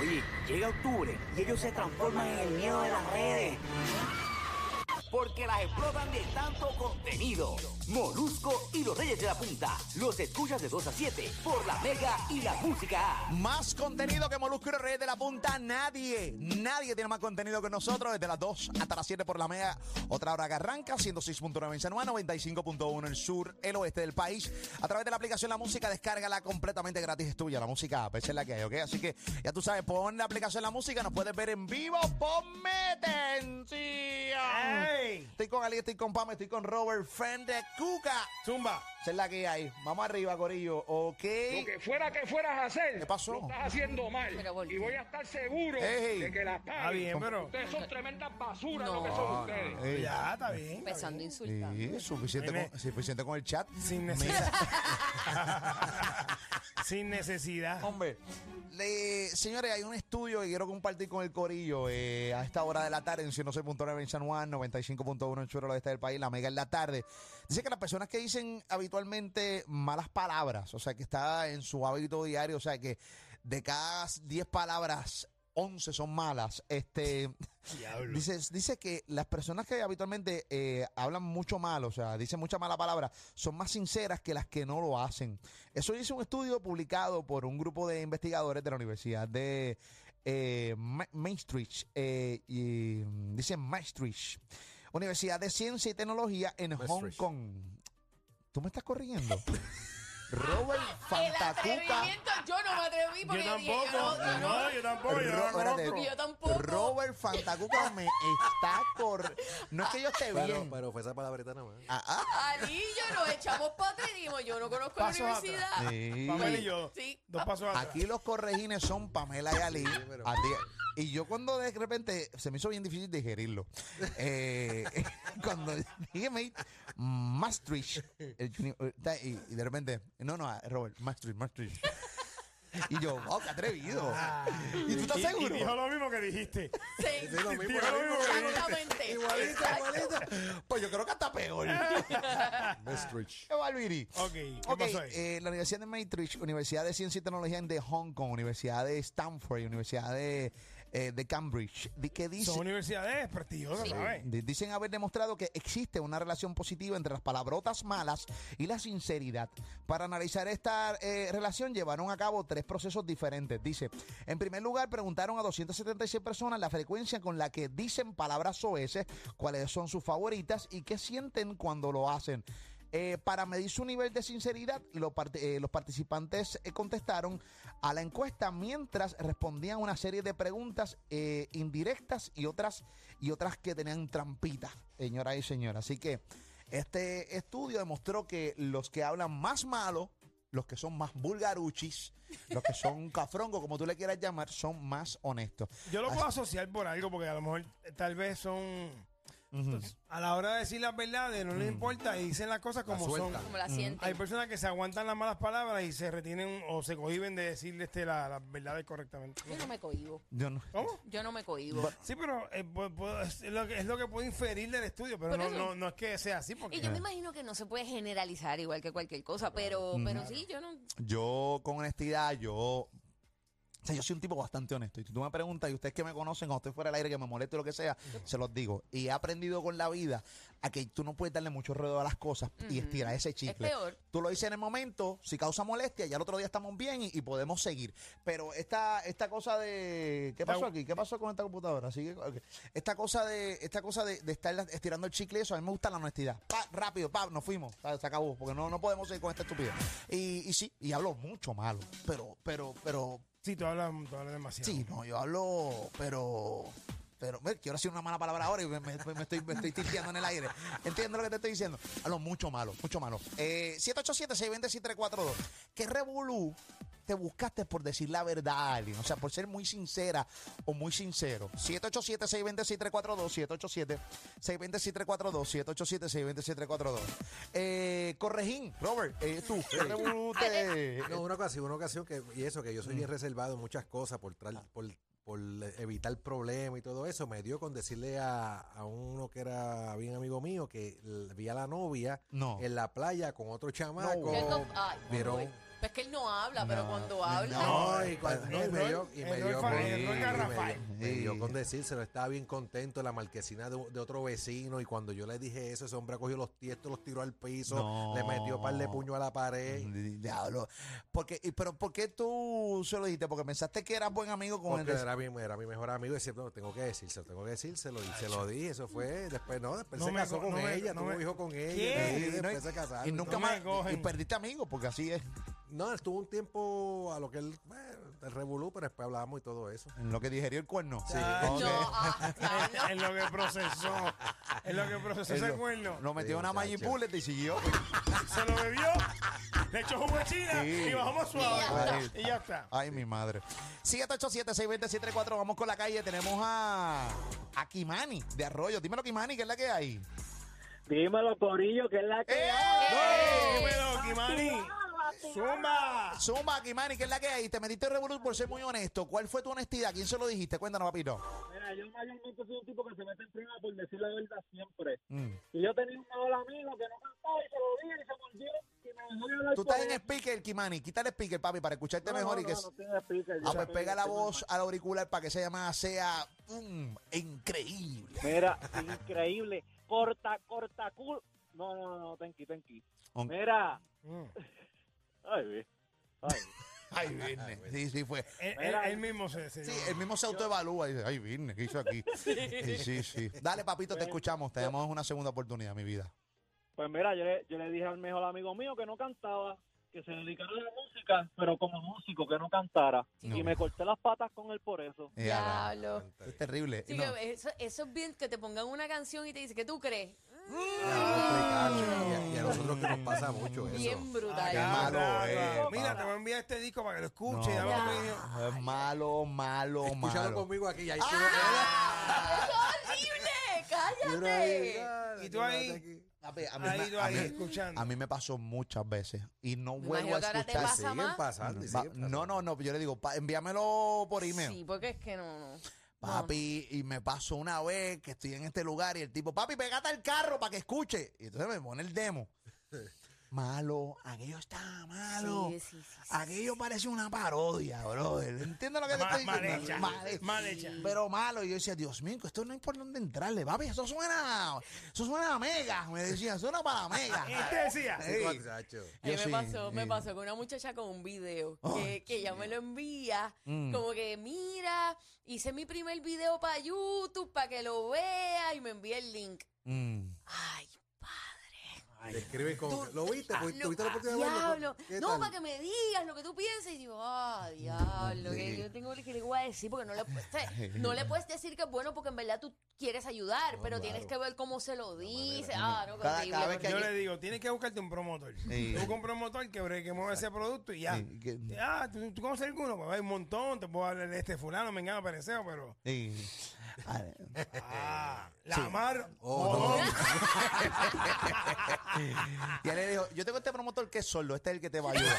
Oye, llega octubre y ellos se transforman en el miedo de las redes. Porque las explotan de tanto contenido. Molusco y los Reyes de la Punta. Los escuchas de 2 a 7 por la Mega y la Música. A. Más contenido que Molusco y los Reyes de la Punta. Nadie, nadie tiene más contenido que nosotros. Desde las 2 hasta las 7 por la Mega. Otra hora que arranca. 106.9 en San Juan, 95.1 en el sur, el oeste del país. A través de la aplicación La Música, descárgala completamente gratis. Es tuya, la música. app, Esa es la que hay, ¿ok? Así que ya tú sabes, pon la aplicación La Música. Nos puedes ver en vivo. Ponme atención. ¡Ey! Estoy con Ali, estoy con Pam, estoy con Robert Fender Cuca. ¡Zumba! Esa es la que hay. Vamos arriba, Corillo. Ok. Lo que fuera que fueras a hacer, ¿Qué pasó? lo estás haciendo mal. Pero voltea. Y voy a estar seguro Ey. de que las Está pagues. bien, pero. Ustedes son tremendas basuras lo que No. son ustedes. Ey. Ya, está bien. está Empezando a insultar. Sí, suficiente Nene. con, suficiente con el chat. Sin Mira, necesidad. bien. Sin necesidad. hombre. le- señores, hay un estudio que quiero compartir con el Corillo eh, a esta hora de la tarde en 106.9 en San Juan, 95.1 en Churro, el oeste del país, la mega en la tarde. Dice que las personas que dicen habitualmente malas palabras, o sea, que está en su hábito diario, o sea, que de cada 10 palabras, 11 son malas. Este. Diablo. Dice, dice que las personas que habitualmente eh, hablan mucho mal, o sea, dicen mucha mala palabra, son más sinceras que las que no lo hacen. Eso dice un estudio publicado por un grupo de investigadores de la Universidad de eh, Ma- Maastricht, eh, y, mm, dice Maastricht, Universidad de Ciencia y Tecnología en Hong Kong. ¿Tú me estás corrigiendo? Robert El Fantacuca. atrevimiento, yo no me atreví Yo porque tampoco. dije, yo no, yo no. No, yo tampoco. Yo Ro- no espérate. conozco. Y yo tampoco. Robert Fantacuca me está cor... No es que yo esté bien. Pero, pero fue esa palabrita nada más. Ah, ah. Ali, yo nos echamos para atrás y dijimos, yo no conozco Pasos la atrás. universidad. Sí. Pamela y yo. Sí. Dos pasos atrás. Aquí los corregines son Pamela y Ali. pero- A ti- Y yo cuando de repente se me hizo bien difícil digerirlo. Eh, cuando dije mate, Maastricht. el juni- eh, Y y de repente, no, no, Robert, Maastricht, Maastricht. Y yo, wow, qué atrevido. ¿Y tú estás Ah. Y- seguro? Y dijo lo mismo que dijiste. Sí. Sí, lo mismo, Digo lo lo mismo que dijiste. Exactamente. Igualito, igualito. Pues yo creo que hasta peor. Maastricht. ¿Qué va, Luiri? Ok, Oh, ¿qué Ok, pasó ahí? eh, la Universidad de Maastricht, Universidad de Ciencia y Tecnología de Hong Kong, Universidad de Stanford, Universidad de, eh, de Cambridge, di- que dice- Son universidades prestigiosas, ¿sabes? di- dicen haber demostrado que existe una relación positiva entre las palabrotas malas y la sinceridad. Para analizar esta eh, relación llevaron a cabo tres procesos diferentes. Dice, en primer lugar preguntaron a 276 personas la frecuencia con la que dicen palabras soeces, cuáles son sus favoritas y qué sienten cuando lo hacen. Eh, para medir su nivel de sinceridad, lo parte- eh, los participantes eh, contestaron a la encuesta mientras respondían una serie de preguntas eh, indirectas y otras, y otras que tenían trampitas, señora y señora. Así que este estudio demostró que los que hablan más malo, los que son más vulgaruchis, los que son cafrongo, como tú le quieras llamar, son más honestos. Yo lo puedo asociar por algo, porque a lo mejor eh, tal vez son. A la hora de decir las verdades, no les importa y dicen las cosas como son. sueltan. Como la sienten. Hay personas que se aguantan las malas palabras y se retienen o se cohiben de decirle este, la- las verdades correctamente. Yo no me cohibo. Yo no- ¿Cómo? Yo no me cohibo. Sí, pero eh, pu- pu- es, lo que, es lo que puedo inferir del estudio, pero Por no, eso. no, no es que sea así. Porque Y yo me imagino que no se puede generalizar igual que cualquier cosa, pero, pero sí, yo no. Yo, con honestidad, yo. O sea, yo soy un tipo bastante honesto. Y si tú me preguntas, y ustedes que me conocen, cuando estoy fuera del aire, que me moleste o lo que sea, se los digo. Y he aprendido con la vida a que tú no puedes darle mucho ruedo a las cosas y estirar ese chicle. peor. Tú lo dices en el momento, si causa molestia, ya el otro día estamos bien y, y podemos seguir. Pero esta, esta cosa de. ¿Qué pasó Está- aquí? ¿Qué pasó con esta computadora? Sigue- ok. Esta cosa de esta cosa de, de estar estirando el chicle, eso a mí me gusta la honestidad. Pa, rápido, pa, nos fuimos. Pa, Se acabó, porque no, no podemos seguir con esta estupidez. Y, y sí, y hablo mucho malo. Pero, pero, pero, Sí, tú hablas, tú hablas demasiado. sí, no, yo hablo, pero. Pero mira, quiero decir una mala palabra ahora y me, me- me estoy, me estoy tilteando en el aire. Entiendo lo que te estoy diciendo. Hablo mucho malo, mucho malo. Eh, 787-620-6342. ¿Qué revolú te buscaste por decir la verdad a alguien? O sea, por ser muy sincera o muy sincero. 787-620-6342. 787-620-6342. 787-620-6342. Eh, Correjín, Robert, eh, tú, ¿qué revolú te- No, una ocasión, una ocasión que, y eso, que yo soy Mm. bien reservado en muchas cosas por, Ah. tra- por, por evitar problemas y todo eso, me dio con decirle a, a uno que era bien amigo mío que l- vi a la novia No. en la playa con otro No. chamaco. Yo com- ay, Oh. Vieron, voy. Pues que él no habla, pero cuando habla. No, y, cuando- No, y el me rol- dio, y me el dio rol con, fa- el y rol me garrafal. dio- me dio Sí. con decírselo, estaba bien contento en la marquesina de, u- de otro vecino y cuando yo le dije eso, ese hombre cogió los tiestos, los tiró al piso, No. le metió un par de puño a la pared. Diablo. Porque, y- pero ¿por qué tú se lo dijiste? Porque pensaste que eras buen amigo con Porque él. era mi, era mi mejor amigo y siempre tengo que decírselo, tengo que decírselo. Y se lo di, eso fue. Después no, después No se me casó co- no con me- ella, no tuvo me- hijo con ella. ¿Qué? y Y no- después se casaron. Y nunca No más. me cogen. Y perdiste amigos, porque así es. No, estuvo un tiempo a lo que él, bueno, el revolú, pero después hablábamos y todo eso. En lo que digerió el cuerno. Sí. Ok. No, ah, ya no. En lo que procesó. En lo que procesó Es ese lo- cuerno. Lo metió Sí, una Magic muchacho. Bullet y siguió. Se lo bebió, le echó jugo de china Sí. y bajamos Y ya suave. está. Y ya está. Ay, mi madre. 787-620-734. Vamos con la calle. Tenemos a, a Kimani de Arroyo. Dímelo, Kimani, ¿qué es la que hay? Dímelo, Corillo, que es la que ¡Eh! hay. ¡Oh! Dímelo, Kimani. Zumba. Zumba, Kimani, ¿qué es la que hay? Te metiste en Revolut por ser muy honesto. ¿Cuál fue tu honestidad? ¿Quién se lo dijiste? Cuéntanos, papito. Mira, yo mayormente soy un tipo que se mete en prima por decir la verdad siempre. Mm. Y yo tenía un mal amigo que no cantaba y se lo dije y se mordió y me dejó de hablar Tú por estás en él. speaker, Kimani. Quítale speaker, papi, para escucharte No, mejor no, y que. no, no estoy en speaker, yo Ah, pues estoy- pega la estoy voz al auricular para que esa llamada sea mm, increíble. Mira, increíble. Corta, corta, cul... No, no, no, tenki, tenki. Ok. Mira. Mm. Ay, bien. Ay, Ay, viernes. Sí, sí, fue. Él, él- Mira, él mismo se se- Sí, él mismo se autoevalúa y dice, ay, viernes, ¿qué hizo aquí? Sí, sí, sí. Dale, papito, te escuchamos. Tenemos una segunda oportunidad, mi vida. Pues mira, yo le, yo le dije al mejor amigo mío que no cantaba, que se dedicara a la música, pero como músico, que no cantara. No. Y me corté las patas con él por eso. Eh, ahora, Diablo. esto es terrible. Sí, No. que eso, eso es bien que te pongan una canción y te dicen, ¿qué tú crees? Ya, complicado. Y a- y a nosotros que nos pasa mucho eso. Bien brutal. Qué Ah, malo claro. es, Mira, papá. te voy a enviar este disco para que lo No, Ah, escuches. y dame Ya. tu opinión. es malo, malo, Escúchalo malo. conmigo aquí. y ahí ¡Ah! ¡Eso es horrible! tú- ¡Cállate! Y tú ahí. Aquí. A mí- a mí Ahí, me- tú a ahí mí- escuchando. A mí me pasó muchas veces y no Me vuelvo a imagino que ahora te escuchar. pasa Siguen más? pasando. y Va- siguen pasando. no, no, no, yo le digo, pa- envíamelo por email. Sí, porque es que no, no. Papi, y me pasó una vez que estoy en este lugar y el tipo, papi, pegate al carro para que escuche. Y entonces me pone el demo. Malo, aquello está malo. Ah, Sí, sí, sí, sí, aquello parece una parodia, brother. Entiendo lo que te Ma- estoy mal diciendo. hecha, he- mal hecha. Pero malo. Y yo decía, Dios mío, que esto no hay por dónde entrarle, papi. Eso suena, eso suena a mega. Me decía, suena para mega. Y te Este decía. Sí, muchacho. A mí Yo me sí, pasó, me eh. pasó con una muchacha con un video que, que ella me lo envía, Mm. como que mira, hice mi primer video para YouTube para que lo vea y me envía el link. Mm. Ay, Te escribe con. ¿Lo viste? ah, ¿Tuviste la oportunidad de verlo? diablo. ¿Qué No, tal? para que me digas lo que tú piensas. Y digo, ah, diablo, que Sí. yo tengo que le voy a decir porque no le, pu- o sea, no le puedes decir que es bueno porque en verdad tú quieres ayudar, pero tienes que ver cómo se lo dice. Ah, no, qué Cada- horrible, cada vez que porque- Yo hay- le digo, tienes que buscarte un promotor. Sí. Busca un promotor que, bre- que mueva ese producto y ya. Sí, que- Ah, ¿tú, tú conoces alguno? Pues hay un montón. Te puedo hablar de este fulano, me encanta pareceo, pero... Sí. A ver. Ah, la mar... Oh, Y él le dijo, yo tengo este promotor que es solo, este es el que te va a ayudar.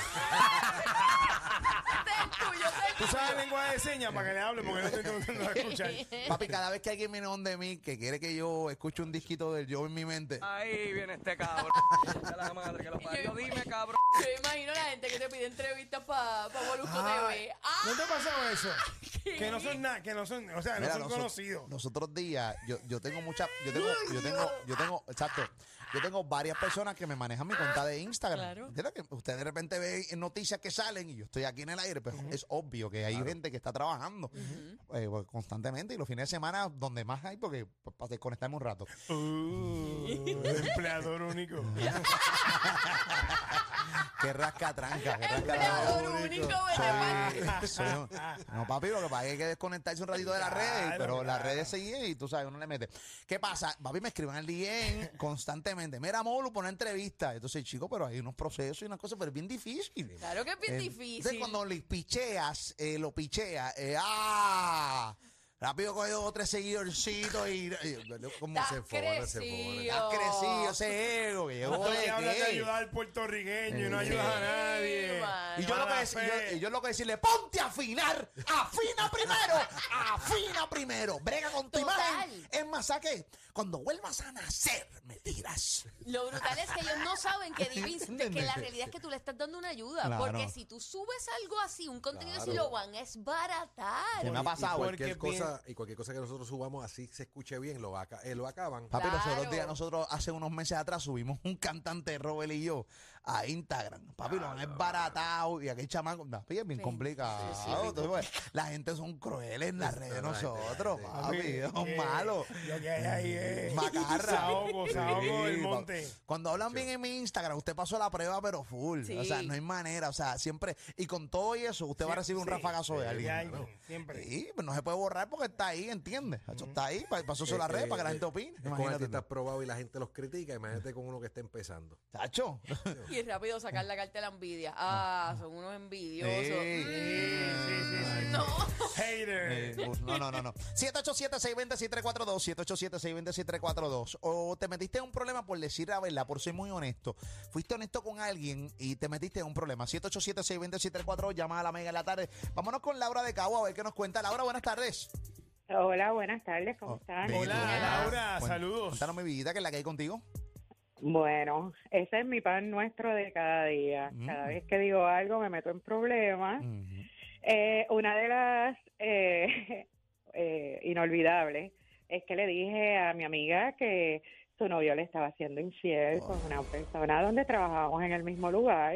Este es el tuyo, este es el Tú sabes lengua de señas para que le hable porque no estoy intentando escuchar. Papi, cada vez que alguien viene donde mí que quiere que yo escuche un disquito del yo en mi mente. Ahí viene este cabrón. Ya la madre que lo parió. Dime, cabrón. Yo me imagino la gente que te pide entrevistas para pa Molusco TV. ¡Ah! ¿No te ha pasado eso? Que no son nada, que no son, o sea, no Mira, son los- conocidos. Los otros días, yo, yo tengo muchas, yo tengo, yo tengo, yo tengo, exacto, yo tengo varias personas que me manejan mi cuenta de Instagram. Claro. ¿Entiendes? Que usted de repente ve noticias que salen y yo estoy aquí en el aire, pero es obvio que hay gente que está trabajando eh, pues, constantemente y los fines de semana donde más hay porque pues, para desconectarme un rato. Uh, empleador único. Qué rascatranca, qué rascatranca. Empleador único, Soy- ¿verdad? soy un- no, papi, lo que pasa es que hay que desconectarse un ratito de las redes, Claro, pero las claro. redes siguen y tú sabes, uno le mete. ¿Qué pasa? Papi, me escriben al DM constantemente. Mira, Molu, por una entrevista. Entonces, chico, pero hay unos procesos y unas cosas, pero es bien difícil. Claro que es bien Eh, difícil. Entonces, cuando le picheas, eh, lo picheas, eh, ¡ah! Rápido cogió dos o tres seguidorcitos y. y- ¿Cómo Estás se fue? enfoga, no se crecido. Has crecido ese ego, viejo. Tú ¿de que hablas de qué? ayudar al puertorriqueño y no Sí. ayudas a nadie. Sí, mano. Y yo, lo que Mala decí- yo, fe. y yo lo que decirle, ponte a afinar, afina primero, afina primero, brega con tu Total. imagen. Es más, saque, cuando vuelvas a nacer, me tiras. Lo brutal es que ellos no saben que Divin, ¿Entiendes? que la realidad es que tú le estás dando una ayuda. Claro. Porque si tú subes algo así, un contenido así, Claro. lo van a esbaratar. Se me ha Y- pasado. Y cualquier, Porque pi- cosa, y cualquier cosa que nosotros subamos así se escuche bien, lo, aca- eh, lo acaban. Papi, los otros Claro. días, nosotros hace unos meses atrás subimos un cantante, Robert y yo, a Instagram. Papi, lo han esbaratado y aquel chamaco. no, papi, es bien Sí. complicado. tú ves, la gente son crueles en las redes de nosotros, papi. Son eh, malos. Mm, Lo que hay ahí es. Macarra. Saogo, saogo del Sí, pa- monte. Cuando hablan bien en mi Instagram, usted pasó la prueba, pero full. O sea, Sí. no hay manera. O sea, siempre. Y con todo y eso, usted va a recibir un Sí, rafagazo de sí, alguien. de ¿no? siempre. Sí, pero no se puede borrar porque está ahí, ¿entiendes? Eso Está ahí, pa- pasó solo la Eh, red para que la eh, gente opine. es Con este, Imagínate. artistas probados y la gente los critica, imagínate con uno que está empezando. Chacho. Y rápido sacar la carta de la envidia. Ah, son unos envidiosos. Sí. No. Hater. Eh, No, no, no, no. 787-620-6342, 787-620-6342. O te metiste en un problema por decir la verdad, por ser muy honesto. Fuiste honesto con alguien y te metiste en un problema. 787-620-6342, llama a la mega de la tarde. Vámonos con Laura de Cagua a ver qué nos cuenta. Laura, buenas tardes. Hola, buenas tardes, Oh, ¿cómo están? Bendito. Hola, Laura, Cuen- saludos. Cuéntanos mi vida, que es la que hay contigo. Bueno, ese es mi pan nuestro de cada día. Mm. Cada vez que digo algo me meto en problemas. Eh, una de las eh, eh, inolvidables es que le dije a mi amiga que su novio le estaba haciendo infiel con una persona donde trabajábamos en el mismo lugar.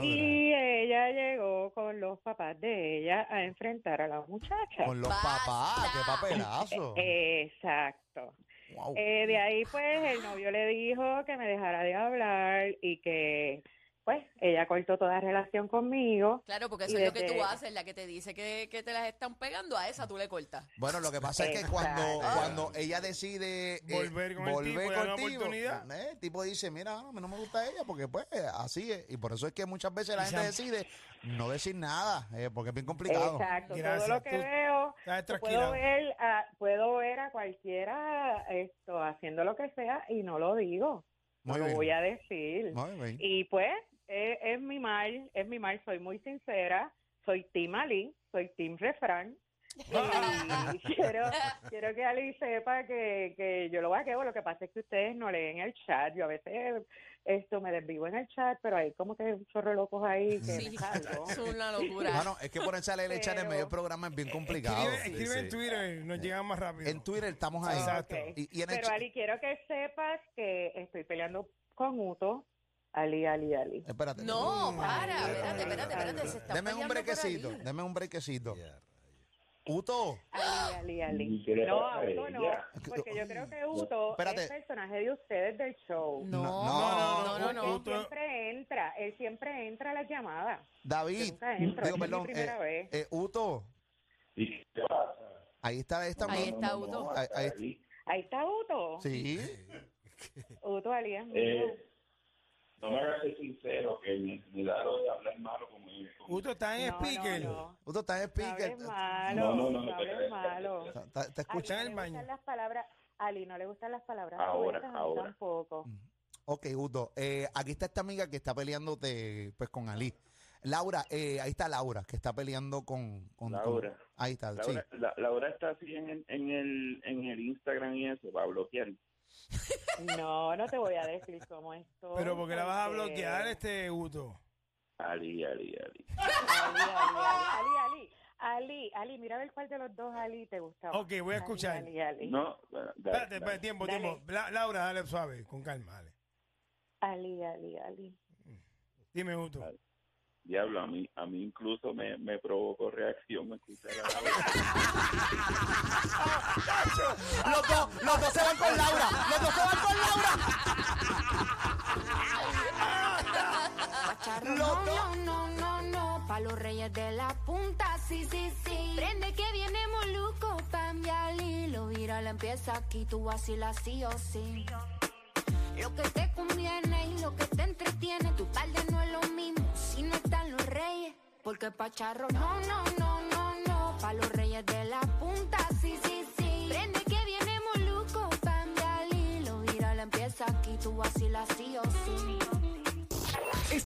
Y ella llegó con los papás de ella a enfrentar a la muchacha. Con los Basta. papás, qué papelazo. Eh, Exacto. Wow. Eh, de ahí, pues, el novio le dijo que me dejara de hablar y que, pues, ella cortó toda relación conmigo. Claro, porque Y eso es lo que desde- tú haces, la que te dice que, que te las están pegando, a esa tú le cortas. Bueno, lo que pasa es que Exacto. cuando, cuando ella decide eh, Volver con el tipo y darle una contigo, oportunidad. eh, el tipo dice, mira, no, a mí no me gusta ella porque pues eh, así es. Y por eso es que muchas veces la Y gente Sam- decide no decir nada, eh, porque es bien complicado. Exacto. Gracias, Todo lo que tú- veo, Estás puedo tranquila. ver, a, puedo ver a cualquiera esto haciendo lo que sea y no lo digo. No Muy lo bien. voy a decir. Muy bien. Y pues, es, es mi mal, es mi mal, soy muy sincera, soy Team Ali, soy Team Refrán. Ah. Y quiero, quiero que Ali sepa que, que yo lo vaqueo, lo que pasa es que ustedes no leen el chat, yo a veces esto me desvivo en el chat, pero hay como que un chorro de locos ahí que Sí. me salgo. Es una locura. Bueno, es que ponerse a leer el chat en Pero- medio del programa es bien complicado. Eh, Escribe, escribe Sí, en sí. Twitter, nos llegan más rápido. En Twitter estamos ahí. Exacto. Ok. Y, y en el Pero chat- Ali, quiero que sepas que estoy peleando con Uto. Ali, Ali, Ali. Espérate. No, Mm. para, Espérate, espérate, espérate, espérate. Se están Deme un peleando por brequecito, ahí. deme un brequecito. Ya. Uto, Ali, Ali, Ali. No, a Uto no, porque yo creo que Uto Espérate. es personaje de ustedes del show. No, No, no, no, no. Porque no. Él siempre entra, él siempre entra a las llamadas. Yo David, nunca entro, digo, es mi perdón, primera eh, vez. eh, Uto. Ahí está esta Ahí está Uto. Ahí- ahí está. Ahí está Uto. Sí. Uto, Ali es mío. Eh, no me hagas ser sincero que mi, mi lado de hablar malo como yo. Uto está en No, no, speaker. no. Uto está en No speaker. hables malo, No, no, no, no, no, hables espérate, malo. espérate, Está- está- te escucho. Escucha en Ali, el no le baño. gustan las palabras, Ali no le gustan las palabras Ahora, sueltas, a mí ahora. tampoco. Ok, Uto. eh, aquí está esta amiga que está peleándote pues, con Ali. Laura, eh, ahí está Laura, que está peleando con... con- con- Laura. ahí está, sí. Laura, la, Laura está así en, el- en, el, en el Instagram y eso, para bloquear. No, no te voy a decir cómo esto. Pero porque la vas a bloquear, este Uto. Ali, Ali, Ali. Ali, Ali, Ali, Ali, Ali, Ali, mira a ver cuál de los dos Ali te gusta. más. Ok, voy a Ali, escuchar. Ali, Ali. No, bueno, dale, Espérate, pues, dale. espérate, tiempo, Dale. tiempo. La- Laura, dale suave, con calma, dale. Ali, Ali, Ali. Dime, Uto. Diablo, a mí, a mí incluso me, me provocó reacción. escuchar a Laura. Los dos, los dos se van con Laura. Los dos se van con Laura. Charro, no, no, no, no, no, pa' los reyes de la punta, sí, sí, sí. Prende que viene Moluco, pam y Ali, lo viral empieza aquí, tú vacilas sí o sí. Lo que te conviene y lo que te entretiene, tu palda no es lo mismo si no están los reyes. Porque pa' charro, no, no, no, no, no, pa' los reyes de la punta, sí, tú vas